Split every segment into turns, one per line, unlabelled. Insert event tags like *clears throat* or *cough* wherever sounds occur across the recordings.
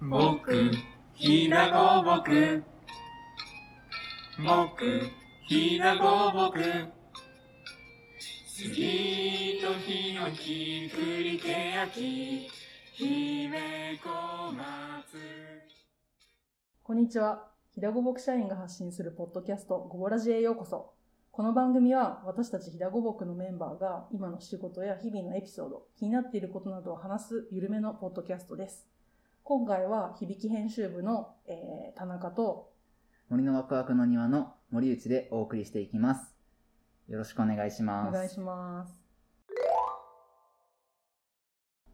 木、ひなごぼく。木、ひなごぼく。杉とヒノキ、栗けやき、姫小松。
こんにちは。ひだごぼく社員が発信するポッドキャスト、ごぼらじへようこそ。この番組は私たちひだごぼくのメンバーが今の仕事や日々のエピソード、気になっていることなどを話すゆるめのポッドキャストです。今回は響き編集部の、えー田中と、
森のワクワクの庭の森内でお送りしていきます。よろしくお願いし
お
ます。
願いします。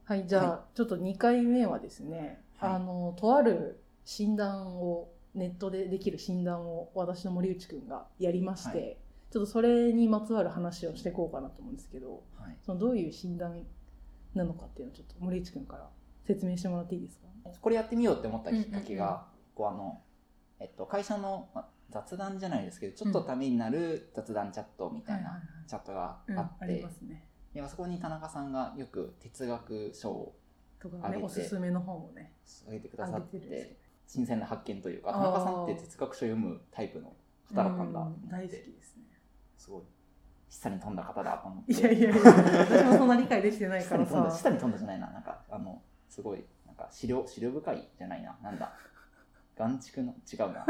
はい、じゃあ、ちょっと2回目はですね、
はい
あの、とある診断を、ネットでできる診断を私の森内くんがやりまして、
は
ちょっとそれにまつわる話をしていこうかなと思うんですけど、
はい、
そのどういう診断なのかっていうのをちょっと森内くんから説明してもらっていいですか
これやってみようって思ったきっかけ
うんうんうん
が、こうあの、えっと、会社のま雑談じゃないですけど、ちょっとためになる雑談チャットみたいなチャットがあ
あ
っ
り
て
ま、すね。
であそこに田中さんがよく哲学書を
とか
あげ
ね、
て
おすすめの本をね、
上げてくだ
あげ
さって
るんですよ
て、新鮮な発見というか、
あ
田
ー
中さんって哲学書読むタイプの方だったん
う
だと思
ん
っ
大好き
て、
ですね。
すごい、示唆に富んだ方だと思って。
いやい
*laughs*
やいや、私もそんな理解できてないか
下
ら
に飛んだ
さ。
下に飛んだじゃないななんかあのすごいなんか資料資料深いじゃないななんだ眼畜の違
*laughs*
うな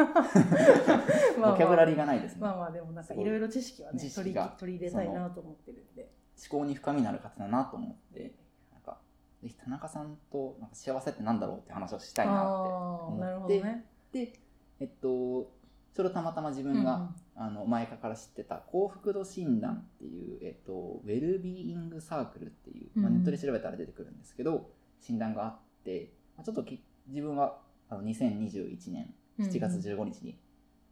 ボキャブラリーがないですね、
まあまあでもなんかいろいろ知識はね
知
取
識
り
が
取り入れたいなと思ってるんで
思考に深みのある方だなと思ってなんかぜひ田中さんとなんか幸せってなんだろうって話をしたいなっ
ああ
思って
なるほどね
てでえっとちょうどたまたま自分が、あの前から知ってた幸福度診断っていう、えっと、ウェルビーイングサークルっていう、まあ、
うん
ネットで調べたら出てくるんですけど、診断があって、まあ、ちょっとき自分はあの2021年
うんうん
7月15日に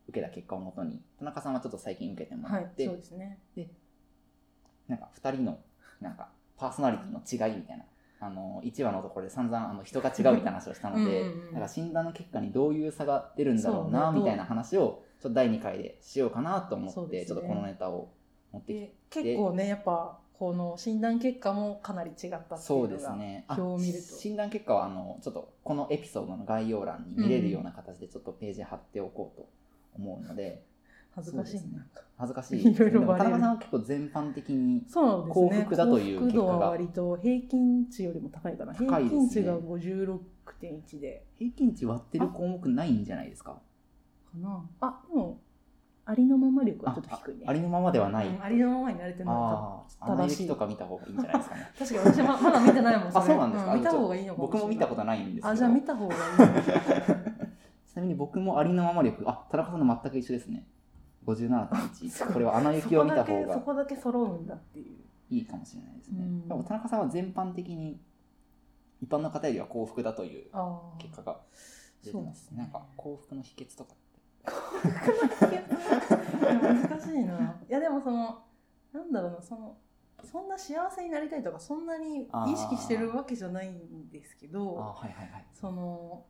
受けた結果をもとに、田中さんはちょっと最近受けても
は
ら
い
って、
そうですね
なんか2人のなんかパーソナリティの違いみたいな。あの1話のところで散々あの人が違うみたいな話をしたので
うんうんうん
なんか診断の結果にどういう差が出るんだろう
そ
な
うね
みたいな話をちょっと第2回でしようかなと思
そ
っ
う
て、
です
ちょ
ね
っとこのネタを持ってきて
で結構ねやっぱこの診断結果もかなり違ったっていうのが
そうですねあ
表を見ると
診断結果はあのちょっとこのエピソードの概要欄に見れるような形でちょっとページ貼っておこうと思うので、
恥ずかしい
そうですね
なんか
恥ずかし
*laughs*
い
いろいろ
でも
バレる
田中さんは結構全般的に
そうですね
幸福だという
幸
結
福
果が
度は割と平均値よりも高いかな
高い
平
ですね
均値が56.1で
平均値割ってる項目ないんじゃないですか
かなあでもありのまま力はちょっと低いね
あありのままではない、
うんありのままに慣れてなかった
ああ
正
穴行
しい
きとか見た方がいいんじゃないです
*laughs*
かね
確かに私ままだ見てないもん
あそうなんですか、
見た方がいいのかもし
僕
れない
も見たことないんですけど
あじゃあ見た方がいいね
ちなみに僕もありのまま力あ田中さんの全く一緒ですね
*laughs* すご
57.1
い
これは穴行きを見た方
そ
が
こだけそこだけ揃うんだっていう
いいかもしれないです
う
ね、
ん
でも田中さんは全般的に一般の方よりは幸福だという
あ
結果が出て
そ
ます、
うですね
なんか幸福の秘訣とかって
難しいないやでもそのなんだろうなそのそんな幸せになりたいとかそんなに意識してるわけじゃないんですけど
はいはいはい
その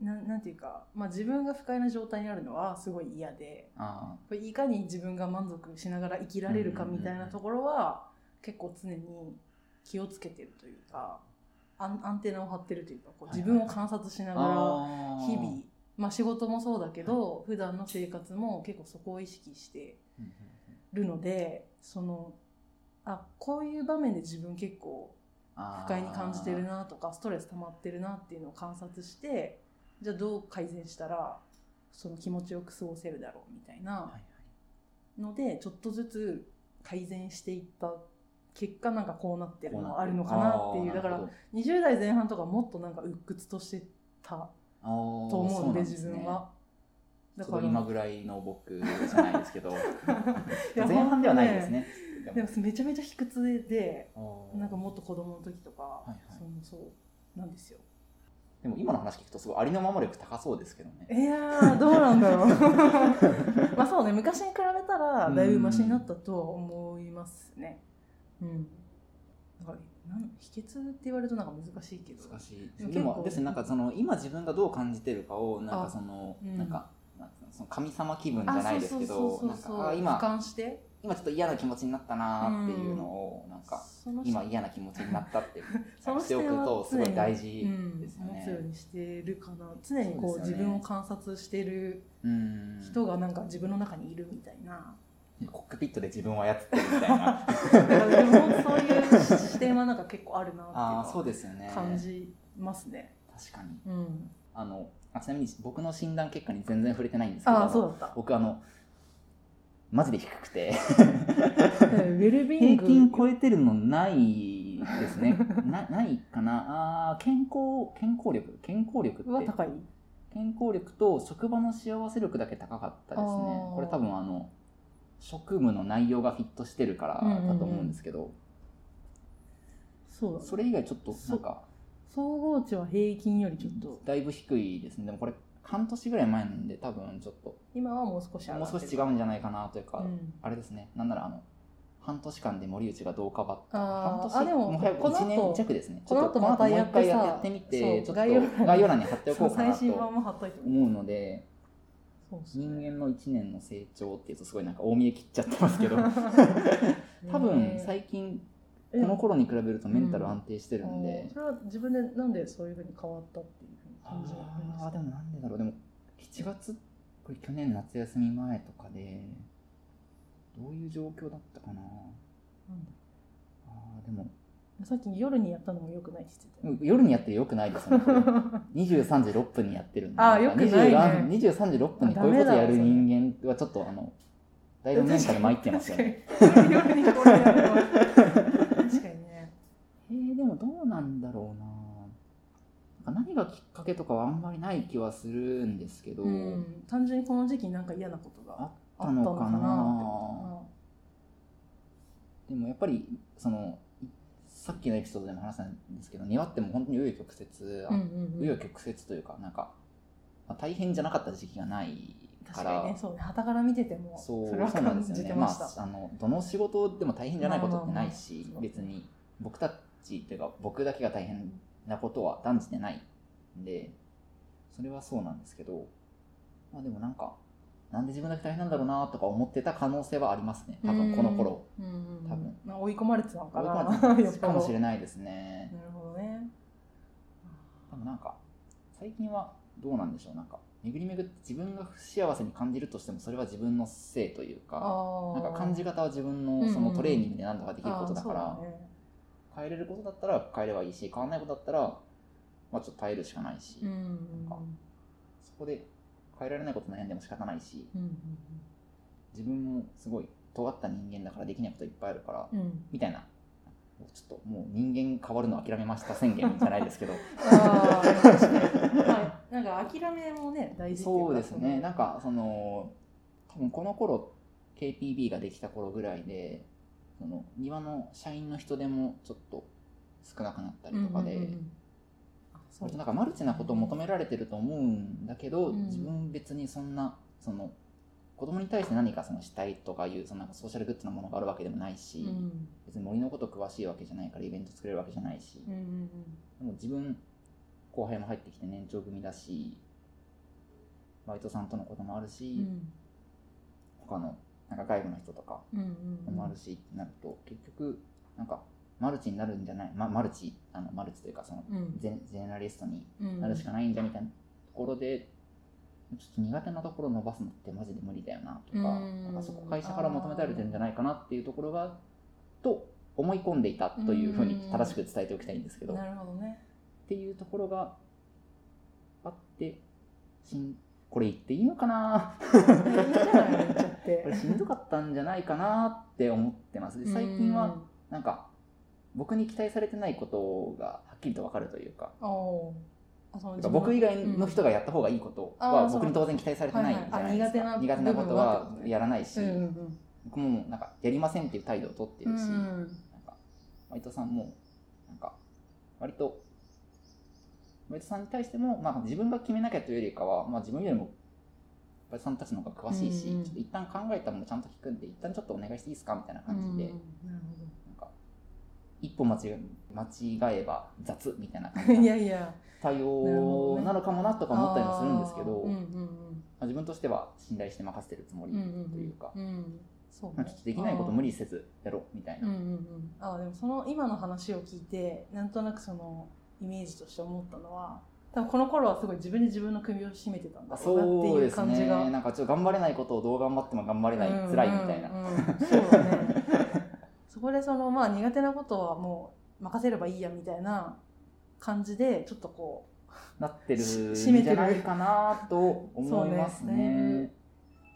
ななんていうか、まあ、自分が不快な状態にあるのはすごい嫌で
あ
これいかに自分が満足しながら生きられるかみたいなところは結構常に気をつけてるというかアンアンテナを張ってるというかこう自分を観察しな
ー
がら
あー
日々、まあ、仕事もそうだけど、普段の生活も結構そこを意識して
うんうん
るのでそのあこういう場面で自分結構
あー
不快に感じてるなとかストレス溜まってるなっていうのを観察してじゃあどう改善したらその気持ちよく過ごせるだろうみたい
はい
な
はい
のでちょっとずつ改善していった結果なんかこうなってるのはあるのかなっていう
あー
だか
な
ら
るほ
20代前半とかもっとなんか鬱屈としてた
どあー
と思うんで
そ
自分は。
だから今ぐらいの僕じゃないです
*laughs*
けど
いや
前半ではないですね
でもめちゃめちゃ卑屈で
も
なんかもっと子供の時とか、
いはい
そのそうなんですよ
でも今の話聞くとすごいありのまま力高そうですけどね
いやーどうなんだろう *laughs* まあそうね昔に比べたらだいぶマシになったとは思いますねうんだからなん秘訣って言われるとなんか難しいけど
難しい
でも
で
結構
もですねなんかその今自分がどう感じてるかをなん
あ
かその
うん
なんかなんかその神様気分じ
あ
ゃないですけ
そう
ど
そう
な
そうんそうそう
かあ
俯
今
瞰して
今ちょっと嫌な気持ちになったなーっていうのを、なん
*laughs*
か
その
今嫌な気持ちになったって
*laughs* その
しておくとすごい大事です
う
よ
ん、持つよう
ね。
にしてるかな常にこう
そうです
自
よね
分を観察してる
うん
人がなんか自分の中にいるみたいな、
*laughs* コックピットで自分を操ってるみたい
*laughs*
な
だから自分もそういう視点はなんか結構あるなっていうの
あー
は
そうですよね
感じますね。
確かに
うん、
あのあちなみに僕の診断結果に全然触れてないんですけど
ああそうだっ
僕あのマジで低くて
た。ウェルビーイン
平
グ
均超えてるのないで
*laughs*
すねなないかなあー健康健康力健康力っ
は
て
高い。
健康力と職場の幸せ力だけ高かったですね
あー
これ多分あの職務の内容がフィットしてるからだと思うんですけど、
そうだね。
それ以外ちょっとなんか
総合値は平均よりちょっと
だいぶ低いですねでもこれ半年ぐらい前なんで多分ちょっと
今はもう少し上が
もう
って
少
る
し違うんじゃないかなというか、
うん
あれですねなんならあの半年間で森内がどう変わった半
あ
年
ーあでも
う早く
この
1年
後
弱ですね
この後
ちょっと
また
もう
やっ
一
て
回
さ
やってみてち
そ
ょ
う
っと
概要欄に
概要欄に貼ってお
そ
こ
う
うかな
最
と
新版
思
も貼っといても
うので
そうですね
人間の1年の成長っていうとすごいなんか大見え切っちゃってま
*laughs*
すけど多分最近この頃に比べるとメンタル安定してるんで、
それは自分でなんでそういうふうに変わったっていうふうに感じ
あーでもなんでだろうでも7月これ去年夏休み前とかでどういう状況だったかなあーでも
さっき夜にやったのもよくないって言って
夜にやってよくないで
*laughs*
すよねこれ
たよ。
23時6分にやってるんで
あー良くないね
なんか23 23時6分にこういうことやる人間はちょっとあのだいぶメンタル参ってますよね
*laughs* 確かに夜にこれやるのは確かにね。
えー、でもどうなんだろうななんか何がきっかけとかはあんまりない気はするんですけど、
うん単純にこの時期になんか嫌なことがあっ
あったた
の
の
か
か
な
な
ってこ
でもやっぱりそのいさっきのエピソードでも話したんですけど庭ってもう本当に紆余曲折
と
あ
かな。うんうんう
紆
ん
余曲折というかなんか、まあ、大変じゃなかった時期がないか
確
ら
かにね、そうね、はから見てても、
そう
それは
そうなん
感
です
じ
よね
てました。
あ、あのどの仕事でも大変じゃないことってないし、
まあまあまあ
別に僕たちというか僕だけが大変なことは断じてないんでそれはそうなんですけどまあでもなんかなんで自分だけ大変なんだろうなとか思ってた可能性はありますね多分この頃
うんうんうん、
多分
まあ追い込まれてたの *laughs* かな。
追い込まれてた
*laughs*
かもし
な
れ
い。
ないですね
なるほどね。
でもなんか最近はどうなんでしょうなんか巡り巡って自分が不幸せに感じるとしてもそれは自分のせいというか
あ
なんか感じ
が
方は自分のそのトレーニングで何とかできることだから、
そうだね
変えれることだったら変えればいいし変わらないことだったら、まあ、ちょっと耐えるしかないし、
うんうん
そこで変えられないこと悩んでも仕方ないし
うん
自分もすごい尖った人間だからできないこといっぱいあるから、
うんうん
みたいなちょっともう人間変わるの諦めました宣言じゃないですけど
あー確かにまあなんか諦めもね大事っていか
そうですねなんんかその多分この頃 KPB ができた頃ぐらいでその庭の社員の人でもちょっと少なくなったりとかで。
うんうんうんあそ
割
う
となんかマルチなことを求められてると思うんだけど、
うん
自分別にそんなその子供に対して何かそのしたいとかいうそのなんかソーシャルグッズのものがあるわけでもないし、
うん
別に森のこと詳しいわけじゃないからイベント作れるわけじゃないし、
うんうんうん
でも自分後輩も入ってきて年長組だしバイトさんとのこともあるし、
うん
他のなんか外部の人とか
うんうん
もあるしってなると結局なんかマルチになるんじゃない、ま、マルチあのマルチというかその
うん
ゼゼネラリストに
うん
なるしかないんじゃみたいなところで、ちょっと苦手なところを伸ばすのってマジで無理だよなとか、
うん
なんかそこ会社から求められてるんじゃないかなっていうところが、と思い込んでいたというふうに正しく伝えておきたいんですけど、っ
なるほど
*laughs*
ね
ていうところがあって、しんこれ言っていいのかな
いいんじゃない言っちゃっ
これ
て
しんどかったんじゃないかなって思ってます。で最近
うん
はなんか僕に期待されてないことがはっきりと分かるというか、
あーあその
なん
自
か
分
僕以外の人がやった方がいいこと
うんあ
は
ー
僕に当然期待されてないじゃないですか、
はいはいあ苦手な
苦手なことはやらないし、
うんうん
僕もなんかやりませんっていう態度をとって
うんう
るし、
ん
なんか割とさんもなんか割と割とさんに対しても、まあ、自分が決めなきゃというよりかは、まあ、自分よりも割とさんたちの方が詳しいし、
うんうん
ちょっと一旦考えたものちゃんと聞くんで一旦ちょっとお願いしていいですかみたいな感じで、
うんなる
なんか一歩間違え間違えば雑みたいな感
ほ
じ
ど
ない
や *laughs* いや
対応なのかもなとか思ったりもするんですけど、
あーうん
まあ、自分としては信頼して任せてるつもり
うんうんうん
というか、
うんそう
まあ、ちょっとできないこと無
理
理せずやろうみたい
うん
な、
うんうんあーでもその今の話を聞いてなんとなくそのイメージとして思ったのは多分この頃はすごい自分で自分の首を絞めてたんだろうなっ
そう
てい
で
う
す
感じ
ね
が
なんかちょっと頑張れないことをどう頑張っても頑張れない、辛いみたいな、
うんうんうんそうだねそこでそのまあ苦手なことはもう任せればいいやみたいな感じでちょっとこ
なってる
し
ん
締めて
じ
る
ゃないかなと思います
そうね
ね。
う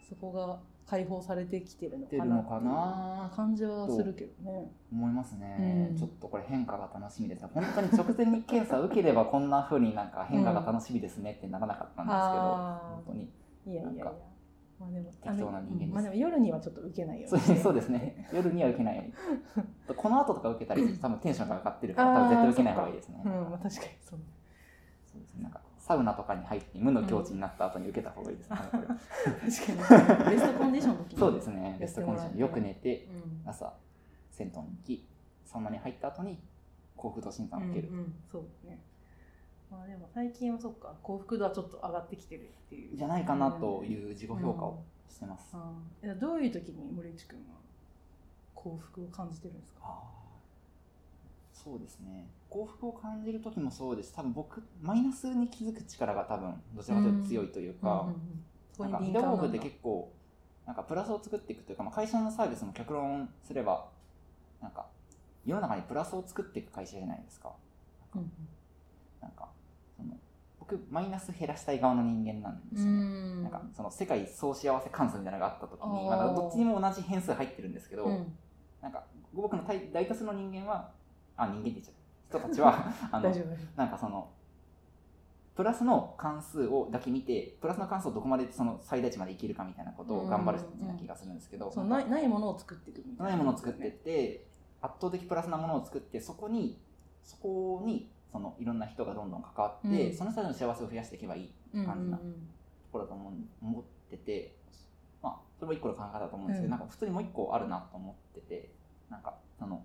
そこが解放されてきてるの
出
か
る
な
の
ってい
か
う
な
感じはするけどね
思いますね、
うん
ちょっとこれ変化が楽しみですね本当に直前に検査を受ければこんな風になんか変化が楽しみですねってならなかったんですけど、
あ
本当に
ーいやいやいや
なんか
まあでも
適当な人間
う
です
んまあでも夜にはちょっと受けないよ
そう
にして
そうですね夜には受けないようにこの後とか受けたりすると多分テンションが上がってるから多分絶対受けない方がいいですね
うんまあ確かにそう
そうですねなんかサウナとかに入って無の境地になった後に受けた方がいい
*laughs*
ですね、これ
確かにベストコンディションの時に
そうですねベストコンディションよく寝て
うん
朝銭湯に行きサウナに入った後に幸福度診断を受ける、
うんうん、そうだねまあでも最近はそっか幸福度はちょっと上がってきてるっていう
じゃないかなという自己評価をしてます、
うん、うんいやどういう時に森内くんは幸福を感じてるんですか
あーそうですね幸福を感じる時もそうです多分僕マイナスに気づく力が多分どちらかというと強いという
うんう
か
んうんそこ
なん
に敏
かヒ
感な
ダボ
んだ
って結構なんかプラスを作っていくというか、まあ、会社のサービスも極論すればなんか世の中にプラスを作っていく会社じゃないですか
うん
なんかその僕マイナス減らしたい側の人間なんです
う
よね、
ん
なんかその世界総幸せ関数みたいなのがあった時に、
あー
まあ、どっちにも同じ変数入ってるんですけど、
うん
なんか僕の大大多数の人間はあ人間って言っちゃう人た
*laughs*
ちはあ
大
の
丈夫大丈
なんかそのプラスの関数をだけ見てプラスの関数をどこまでその最大値までいけるかみたいなことを頑張る人たちな気がするんですけど、
夫そのないないものを作っていくみたいな
ないものを作ってって圧倒的プラスなものを作ってそこにそこにそのいろんな人がどんどん関わって、
うん
その人たちの幸せを増やしていけばいいと
うんうんうん
感じなころだと思う思ってて、まあ、それも一個の考え方だと思うんですけど、
うん
なんか普通にもう一個あるなと思っててなんかその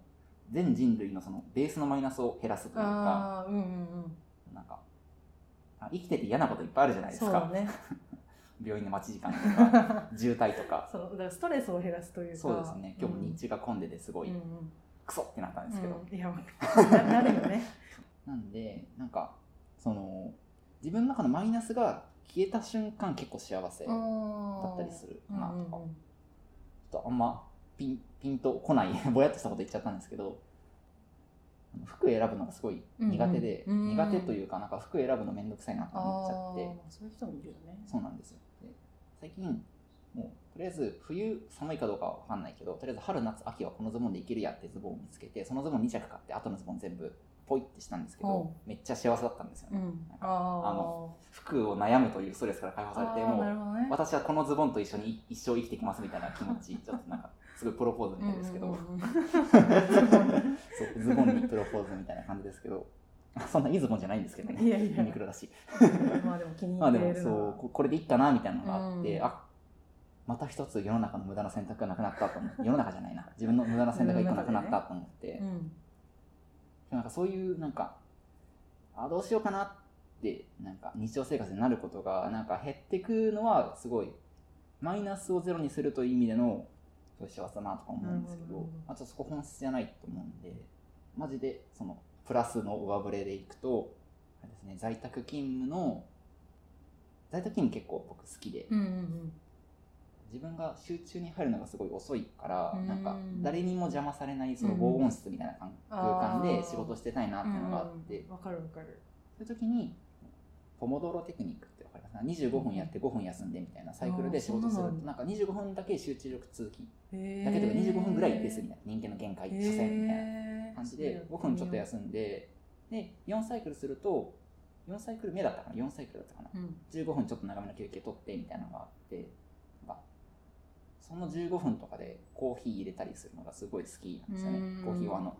全人類のそのベースのマイナスを減らすというか
ああうんうんうん
なんかあ生きてて嫌なこといっぱいあるじゃないです
そうだ
か、
ね *laughs*
病院の待ち時間とか渋滞とか
そのだからストレスを減らすというか
そうですね今日も
うん
日中が混んでてすごい、
うんうん
クソってなったんですけど、
うんいやまあなな *laughs* るよね
なんでなんかその自分の中のマイナスが消えた瞬間結構幸 *laughs* せだ
だ
ったりする
う
か
ん
なとか、
うんうん
ちょっとあんまピンピンとこない *laughs* ぼやっとしたこと言っちゃったんですけどあの服選ぶのがすごい苦手で、
うんうん
苦手というかなんか服選ぶのめんどくさいなと思っちゃっ
あーそういう人もいるよね
てそうなんですよで最近もうとりあえず冬寒いかどうかは分かんないけどとりあえず春夏秋はこのズボンでいけるやってズボンを見つけてそのズボン2着買って後のズボン全部ポイってしたんですけ
おう
どめっちゃ幸せだったんですよね、
うん
なん、かあ
あ
の服を悩むというストレスから解放
あ
されて
ー
も
な
う
るほどね
私はこのズボンと一緒に一生生きてきますみたいな気持ちちょっとなんかすごいプロポーズみたいですけど、
うんうんうん
そうズボンにプロポーズみたいな感じですけど *laughs* そんないいズボンじゃないんですけどね
いやい
ユニク
や
ロだし
*laughs* まあでも気に
まあ
入
で
って
も
いる
そ
な
うここれでいいかなみたいなのがあって、
うん
あまた一つ世の中の無駄な選択がなくなったと思って世の中じゃないな自分の無駄な選択が一個なくなったと思って、
うん
なんかそういうなんかあどうしようかなってなんか日常生活になることがなんか減ってくのはすごいマイナスをゼロにするという意味でのすごい幸せだなとか思うんですけ
なる
ど
ほど
まあ、ちょっとそこ本質じゃないと思うんでマジでそのプラスの上振れでいくとあれです、ね、在宅勤務の在宅勤務結構僕好きで、
うんうん
自分が集中に入るのがすごい遅いから、
うん
なんか誰にも邪魔されないその
うん
防音室みたいな感空間
あ
で
ー
仕事してたいなっ
う
ていうんのがあって、
うんうんわかるわかる
そういう時にポモドーロテクニックってわかりますか25分やって5分休んでみたいなサイクルで仕事する
あーそ
と
んな
なんか25分だけ集中力続きだ
だ
けど25分ぐらいですみたいな人間の限界所詮みたいな
な
感じで5分ちょっと休んでで4サイクルすると4サイクル目だったかな4サイクルだったかな
うん
15分ちょっと長めの休憩取ってみたいなのがあってなんかその15分とかでコーヒー入れたりするのがすごい好きなんですよ
うん
ねコーヒーをあの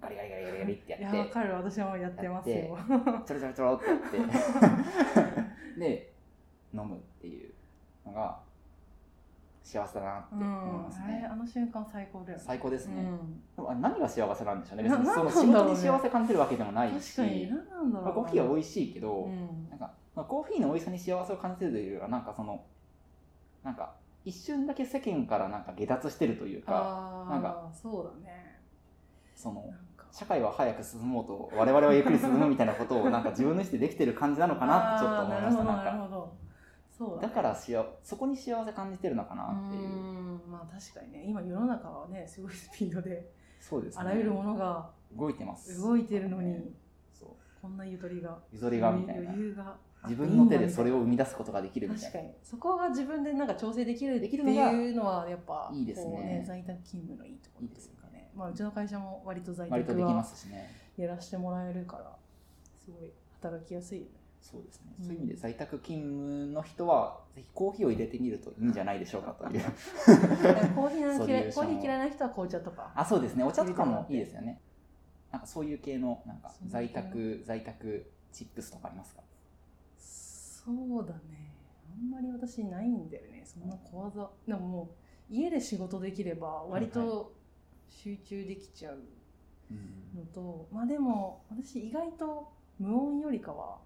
ガリガリガリガリガリってや
いや
って
わかる私もやってますよ
ちょろちょろちょろってやって *laughs* で飲むっていうのが幸せだなって
う
思い
ん
ます
あれ
ね、
あの瞬間最高だよね
最高ですね、
うん
でもあれ何が幸せなんでしょうね別に
な
その
なん
仕
なんだろう
事
ね
に幸せ感じるわけでもない
確
し、
かに何なんだろう
まあ、コーヒーは美味しいけど、
うん
なんか、まあ、コーヒーの美味しさに幸せを感じてるというよりはなんかそのなんか一瞬だけ世間からなんか下脱してるというか
あ
なん
あ
か
そうだね
その
なんか
社会は早く進もうと我々はゆっくり進むみたいなことをなんか自分の意思でできてる感じなのかなってちょっと思いました
あーなるほど
な
な
ん
る
か
ほどそうだ,、
だからしあそこに幸せ感じてるのかなって
う
いう
ーんまあ確かにね今世の中はねすごいスピードで
そうですね
あらゆるものが
動いてます
動いてるのに、
そう
こんなゆとりが
ゆとりがみたいな
余裕が
自分の手でそれを生み出すことができるみたい
確
な
かにそこが自分でなんか調整できるって
できるのが
いうのはやっぱ
いいですね
こう在宅勤務のいいところというかねまあ、うちの会社も割と在
割とで
宅
きま
は
すしね
やらせてもらえるからすごい働きやすいよ
*laughs*
ね
そうですね、
うん
そういう意味で在宅勤務の人はぜひコーヒーを入れてみるといいんじゃないでしょうかという
*laughs* コーヒー
そ
の
う
嫌
い
いうコーヒ
そ
ー
の
嫌いな人は紅茶とか
あそうですねお茶とかもいいですよねなんかそういう系のなんか
そういう系
在宅在宅チップスとかありますか
そうだねあんまり私ないんだよねそんな小技でももう家で仕事できれば割と集中できちゃうのと、まあでも私意外と無音よりかは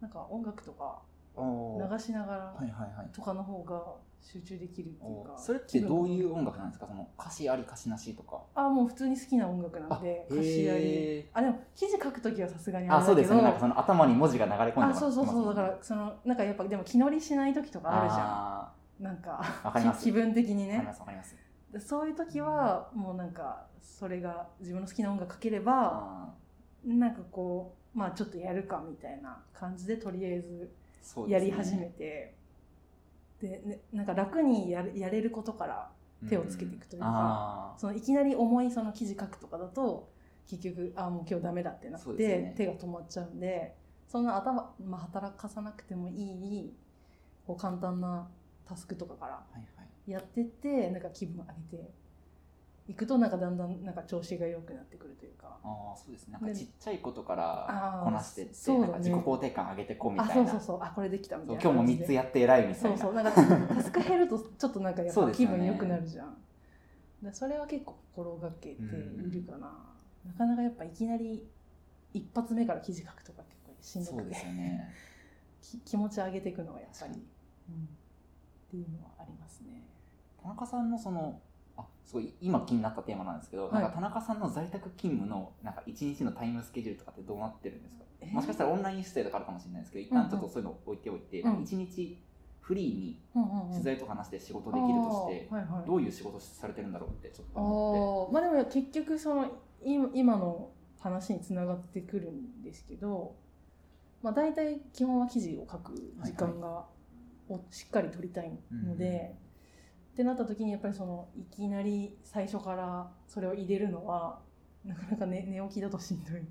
なんか音楽とか
おー
流しながら
はいはいはい
とかの方が集中できるっていう
お
か
ーそれってどういうう音楽なんですかその歌詞あり歌詞なしとか
あもう普通に好きな音楽なんで
あ
歌詞あり
へー
あでも記事書くときはさすがに
あそうですよねなん
だ
か
け
そ
ど
の頭に文字が流れ込んで
あ
ます
そうそうそうだからそのなんかやっぱでも気乗りしない時とかあるじゃ
あ
んなんか
ーわかります
気分的に
わかり
ね
ますわかります
そういう時はもうなんかそれが自分の好きな音楽かければ
あー
なんかこうまあちょっとやるかみたいな感じでとりあえず
そうで
や
すね
り始めてで,、ね、なんか楽にやるやれることから手をつけていくというか
んあー
そのいきなり重いその記事書くとかだと結局あもう今日ダメだってなって
そう、ですよね
手が止まっちゃうんでそんな頭、まあ、働かさなくてもいいこう簡単なタスクとかから
はいはい
やってってなんか気分上げていくとなんかだんだんなんか調子が良くなってくるというか。
ああそうですねなんか
で
ちっちゃいことから
あー
こなしてって、
そうだ
なん
ね
か自己肯定感上げてこうみた
あ
いな
そうそうそうあこれできたみた
そ
いうな
今日も
感じ
3
で
つやって偉いみたい
そ
な
うそう
*laughs*
なんかタスク減るとちょっとなんかやっ
そう
ぱ
です
気
よね
分良くなるじゃんそ,、それは結構心がけているかな、なかなかやっぱいきなり一発目から記事書くとか結構しんど
そう
く
で
て
すよね
*laughs* き気持ち上げていくのはやっぱり、
確かに
うんっていうのはありますね
田中さんのそのあすごい今気になったテーマなんですけど、
はい
なんか田中さんの在宅勤務のなんか一日のタイムスケジュールとかってどうなってるんですか、
えー
もしかしたらオンライン出演とかあるかもしれないですけど一旦ちょっとそういうの置いておいて、
うん
一日フリーに
うんうんうん
取材とかなしで仕事できるとして、
あーはいはい、
どういう仕事されてるんだろうってちょっと思って
ああまあでも結局その今今の話につながってくるんですけど、まあ、大体基本は記事を書く時間が、をしっかり取りたいので、
うん
ってなった時にやっぱりそのいきなり最初からそれを入れるのはなかなか、ね、寝起きだとしんど
*laughs*
い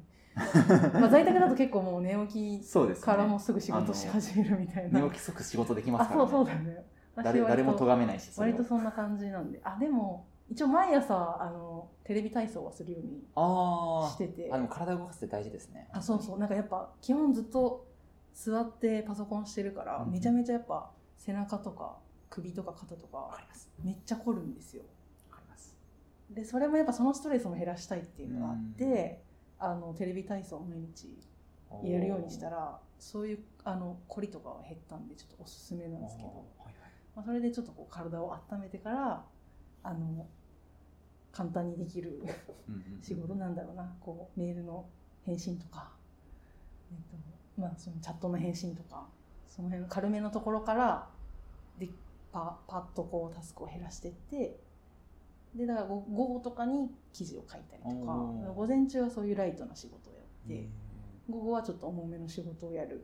まあ在宅だと結構もう寝起
そうで
き
す、
からも
ね
う、すぐ仕事し始めるみたいな、
寝起き即仕事できま
あ
すから、ね、
そうそうだよね私
誰
割
誰も
と
咎めないしそれ
割
を
とそんな感じなんであでも一応毎朝あのテレビ体操はするように
あ
してて
ーあでも体を動かすって大事ですね
あそうそううなんかやっぱ基本ずっと座ってパソコンしてるから、
うん
めちゃめちゃやっぱ背中とか首とか肩と
わか
か
ります
めっちゃ凝るんですよ
わかります
でそれもやっぱそのストレスも減らしたいっていうのがあって、あのテレビ体操を毎日やるようにした
ら
らそういうあの凝りとかは減ったんでちょっとおすすめなんですけど
はいはい
まあ、それでちょっとこう体を温めてからあの簡単にできる *laughs*
うんうん
仕事なんだろうなこうメールの返信とか、えっとまあ、そのチャットの返信とかその辺の軽めのところからでパパッとこうタスクを減らしてってでだから午午後とかに記事を書いたりとか
おー
午前中はそういうライトな仕事をやって、
うん
午後はちょっと重めの仕事をやるっ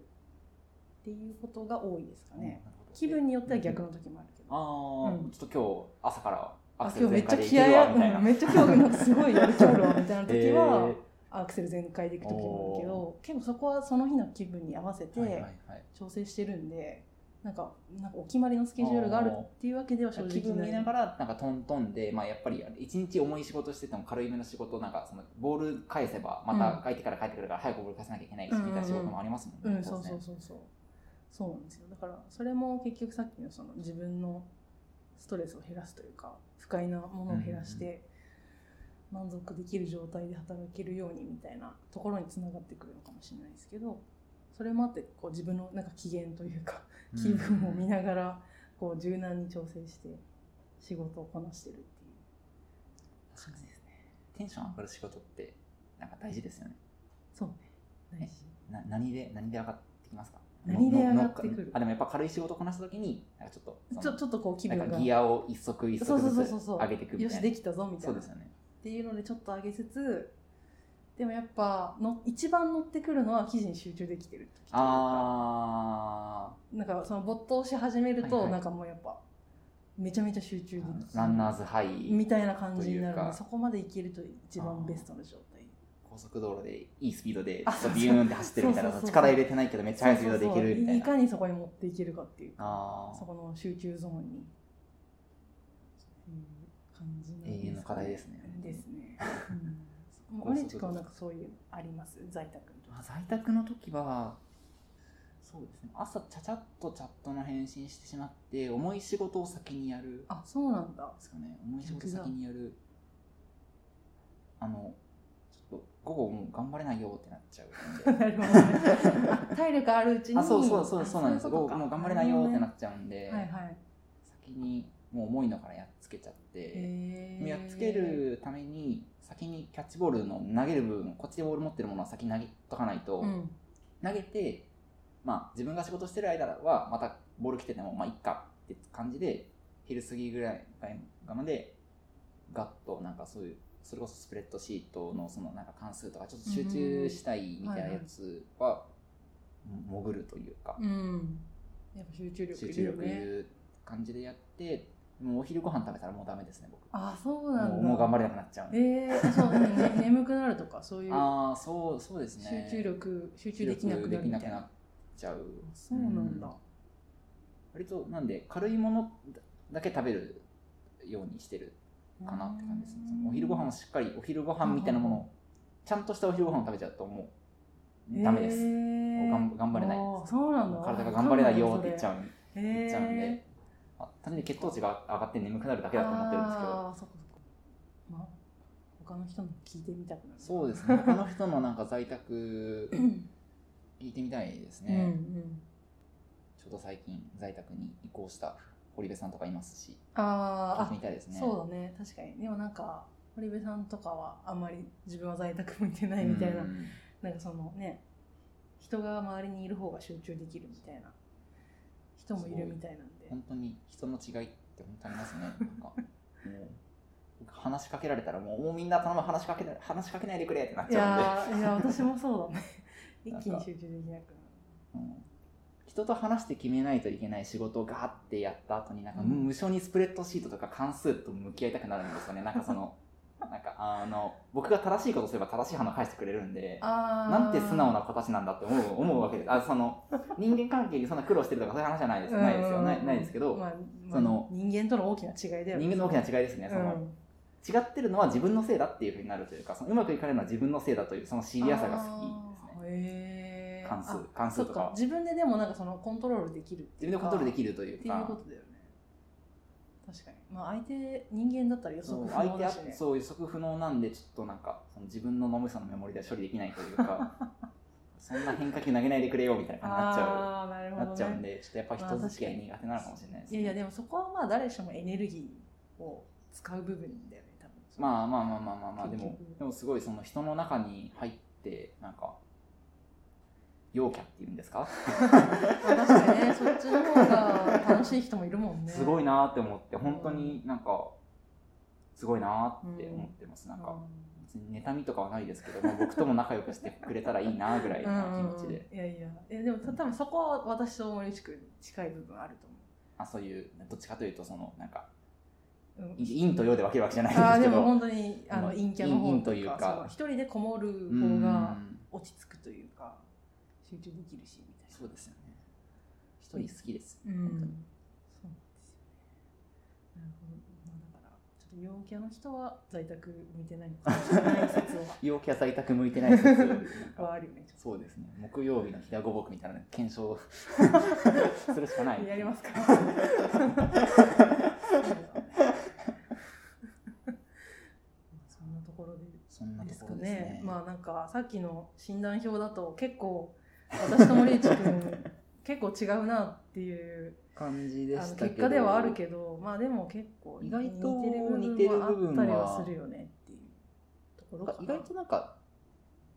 ていうことが多いですかね。
なるほど
気分によっては逆の時もあるけど。
ああ、
うん
ちょっと今日朝から
*laughs*
ア
あ
クセ
今
ル
日め
全
っちゃ
開でい
気合い
けるわ
あ
みたいな
うんめっちゃ今日なんかすごいやる気あるわみたいな時は、アクセル全開でいく時もあるけど結構そこはその日の気分に合わせ
えーはいはい
て
はい
調整してるんでなんかなんかお決まりのスケジュールがあるっていうわけでは正直
気分見
な
ないがらなんかトントンで、まあ、やっぱり一日重い仕事してても軽いめの仕事なんかそのボール返せばま
う
た
ん
帰ってから帰ってくるから早くボール返さなきゃいけないし
うん
み
うんうん
たいな仕事もありますもんね。
うん
当
そう
然
そうそうそうそうなんですよだからそれも結局さっきのその自分のストレスを減らすというか不快なものを減らして満足できる状態で働けるようにみたいなところにつながってくるのかもしれないですけどそれもあってこう自分のなんか機嫌というか気分を見ながらこう柔軟に調整して仕事をこなしてるっていう
確
感
か
じ
に
ですね。
テンション上がる仕事ってなんか大事ですよね
そうね。大事。
な何で何で上がってきますか
何で上がってくる
ののあでもやっぱ軽い仕事こなした時になんかちょっと
ちょ
っ
ちょっとこう気分
なんか
が
ギアを一足一足
そうそう
ず
そう
つ
そうそう
上げていくみ
よ
たい
し
な
できたぞみたい
そ
うな
で
っ
すよね
ていうのでちょっと上げつつでもやっぱの一番乗ってくるのは記事に集中できてる時というか
あ
なんかその没頭し始めると、
はいはい
なんかもうやっぱめちゃめちゃ集中でき
ーランナーズハイ
みたいな感じになる
と
の
いう
で
か
そこまでいけると一番ベストの状態
高速道路でいいスピードで
あ
ちょっとビューンって走ってるみたい
そうそ
な
うそう
力入れてないけどめっちゃ速いスピードでいけるみたい
い
な
かにそこに持っていけるかっていうか
あ
そこの集中ゾーンにっていう感じなん
ー永遠の課題ですすね
ねですね、
*laughs*
うん、
高
オ
速道路
レンジ君はなんかそういうのあります在宅の時
まあ、在宅の時はそうですね朝ちゃちゃっとチャットの返信してしまって重い仕事を先にやる
あそうなんだ
ですかね重い仕事先にやるあのちょっと午後もう頑張れないよってなっ
*laughs*
ちゃうんで
なるほどねあ体力あるうちに
あそうそうそうそうなんです
あ
午
こと
後
か
もう頑張れないよってなっちゃうんで、
はいはい
先にもう重いのからやっつけちゃって、
へー
やっつけるために先にキャッチボールの投げる部分こっちでボール持ってるものは先に投げとかないと、
うん
投げて、まあ、自分が仕事してる間はまたボール来ててもまあいっかって感じで昼過ぎぐらいまでガッとなんかそういうそれこそスプレッドシートのそのなんか関数とかちょっと集中したいみたいなやつは潜るというか
うんやっぱ集中力
集
い
中
るよ
力い
ね
る感じでやってもうお昼ご飯食べたらもうダメですね僕
あそうなんだ
もうもう頑張れなくなっちゃうんで
えー、そう、ね、ね眠くなるとかそういう
ああそうそうですね
集中力集中できなくなるみたいな
っちゃう
そうなんだ、
割となんで軽いものだけ食べるようにしてるかなって感じですねそのお昼ご飯をしっかりお昼ご飯みたいなもの
うん
をちゃんとしたお昼ご飯を食べちゃうともうダメです、
へー
もうがん頑張れない
あーそうなんだ
体が頑張れないよって言っち
ゃ
ゃうん
う
言っちゃうん
へ
で、まあ単純に血糖値が上がって眠くなるだ
ー
けだと思ってるんですけど
あーそっかそっかまあ他の人の聞いてみたくなる
そうですね他の人のなんか
*clears throat*
在宅
うん
聞いてみたいです
うんう
ね、
ん
ちょうど最近在宅に移行した堀部さんとかいますし聞い
あ
て
ー
みたいです
あ
ね
そうだね確かにでもなんか堀部さんとかはあんまり自分は在宅向いてないみたいな
うん
なんかそのね人が周りにいる方が集中できるみたいな人もいるみたいなんで
本当に人の違いって本当ありま
*laughs*
すね。なんかもう僕話しかけられたらもうもうみんな頼む話しかけない話しかけないでくれってなっ
い
ちゃ
やーいや私もそうだね一
*laughs* なんか
気に集中できなく
うんで、うん人と話して決めないといけない仕事をガーってやった後になんか
うん
無償にスプレッドシートとか関数と向き合いたくなるんですよね。なんかそ
*laughs*
のなんかあの僕が正しいことすれば正しい反応返してくれるんで。
なる
なんて素直な子たちなんだって思う思うわけです。あその人間関係にそんな苦労してるとかそういう話じゃないですないですよないないですけど、
まあ
その
人間との大きな違いだよ
人間の大きな違いですね。その、
うん
違ってるのは自分のせいだっていうふうになるというかそのうまくいかないのは自分のせいだというそのシビアさが好きです
あ
ね
ーへー
関数
あ
関
そ
数
っ
と
か
か
自分ででもなんかそのコントロールできるって
自
い
分で
う
コ
か
ントロールできるという
っていうこ
か
とだよね確かにまあ相手人間だったら予
そ
測
う
不
相
能
手
だ
あ
しね
そう予測不能なんでちょっとなんかその自分の脳みそのメモリでは処理できないとい
*laughs*
うかそんな変化球投げないでくれよみたいな感じになっちゃ
あーなる
う、
ほど、ね、
なっちゃうんでちょっとやっぱ人付き合い苦手なのかもしれないです
い
ね
やいやでもそこはまあ誰しもエネルギーを使う部分だよね多分
まあまあまあまあまあまあでも
結局
でもすごいその人の中に入ってなんか陽キャっていうんですか
確かにねそっちの方が楽しい人もいるもんね
すごいなーって思って本当になんかすごいなーって思ってます、なん
う
か別に妬みとかはないですけど、まあ、僕とも仲良くしてくれたらいいなーぐらいな気持ちで、
うんいやいやいやでもた多分そこは私と森内くん近い部分あると
あそういうどっちかというとそのなんか
思う、うん、
陰と陽で分けるわけじゃない
ああ
んで
です
け
も
ど
本当にあの
まあ
陰キャの方
陰というか
その一人でこもる
う
方
ん
が落ち着くというか集中できるしみたいな
そうですよね一人好きです、
うん、そう
本
な
当
ん
に
ですよね。なるほど。まあ、だから、ちょっと陽キャの人は在宅向いてないのかもしれない説
陽キャ在宅向いてない説
*laughs*
なん
はは
か
あるよね。ちょっ
*laughs* そうですね木曜日の飛騨ごぼくみたいな
*laughs*
検証するしかない
とやります
*laughs*
か。 *laughs* そんなところで
そんなと
です
こ
か
ろ
ね。
ですね
まあ、なんか、さっきの診断表だと、結構。私と森内くん、結構違うなっていう
感じで
あの
したけど
結果ではあるけ *laughs* どまあでも結構
意外と
似
似
て
て
る
る
部
部
分
分
は
は
あったりはするよねっていうところか
な
な
んか意外となんか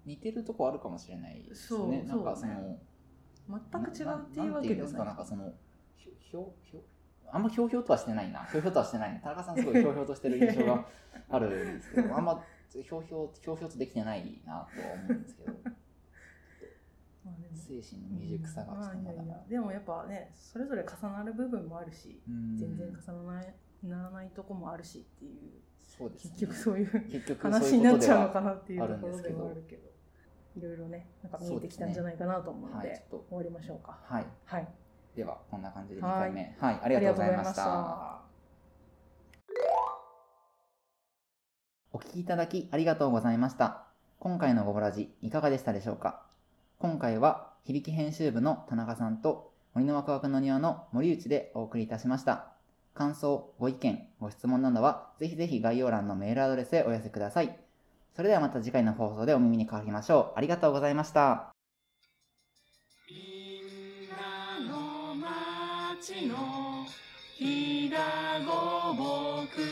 似てるとこあるかもしれないですね。
そう
なんかその
そう全く違うっていうわけ
ななんてい
で
うんで
は
す
な
か
い
なんかそのひょひょひょあんまひょうひょうとはしてないな。ひょうひょうとはしてないな。田中さんすごいひょうひょうとしてる印象があるんですけど、あんまひょうひょうひょうひょうとできてないなとは思うんですけど、
まあでも
精神の未熟さがちょっとまだ
うんまあいやい
まだ
やでもやっぱねそれぞれ重なる部分もあるし
うん
全然重ならないならないとこもあるしっていう
そうですね。
結局そういう
結局そういう
話になっちゃうの
こと
かなっていう
あ
と
るん
こ
で
ろ
す
で
けど
はあるけどいろいろねなんか見えてきたんじゃないかなと思う
で
の
は。
で
はい、ちょっと。
終わりましょうか
はい。
はい
では、こんな感じで2
はい
回目。はい、ありがとうございまし
ありがとうござい。
た
ました
お聞きいただきありがとうございました。今回のごぼらじいかがでしたでしょうか今回は響き編集部の田中さんと森のワクワクの庭の森内でお送りいたしました。感想、ご意見、ご質問などはぜひぜひ概要欄のメールアドレスへお寄せください。それではまた次回の放送でお耳にかかりましょう。ありがとうございました。
みんなの町のひだごぼく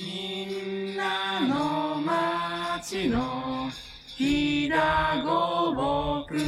みんなの町のひだごぼく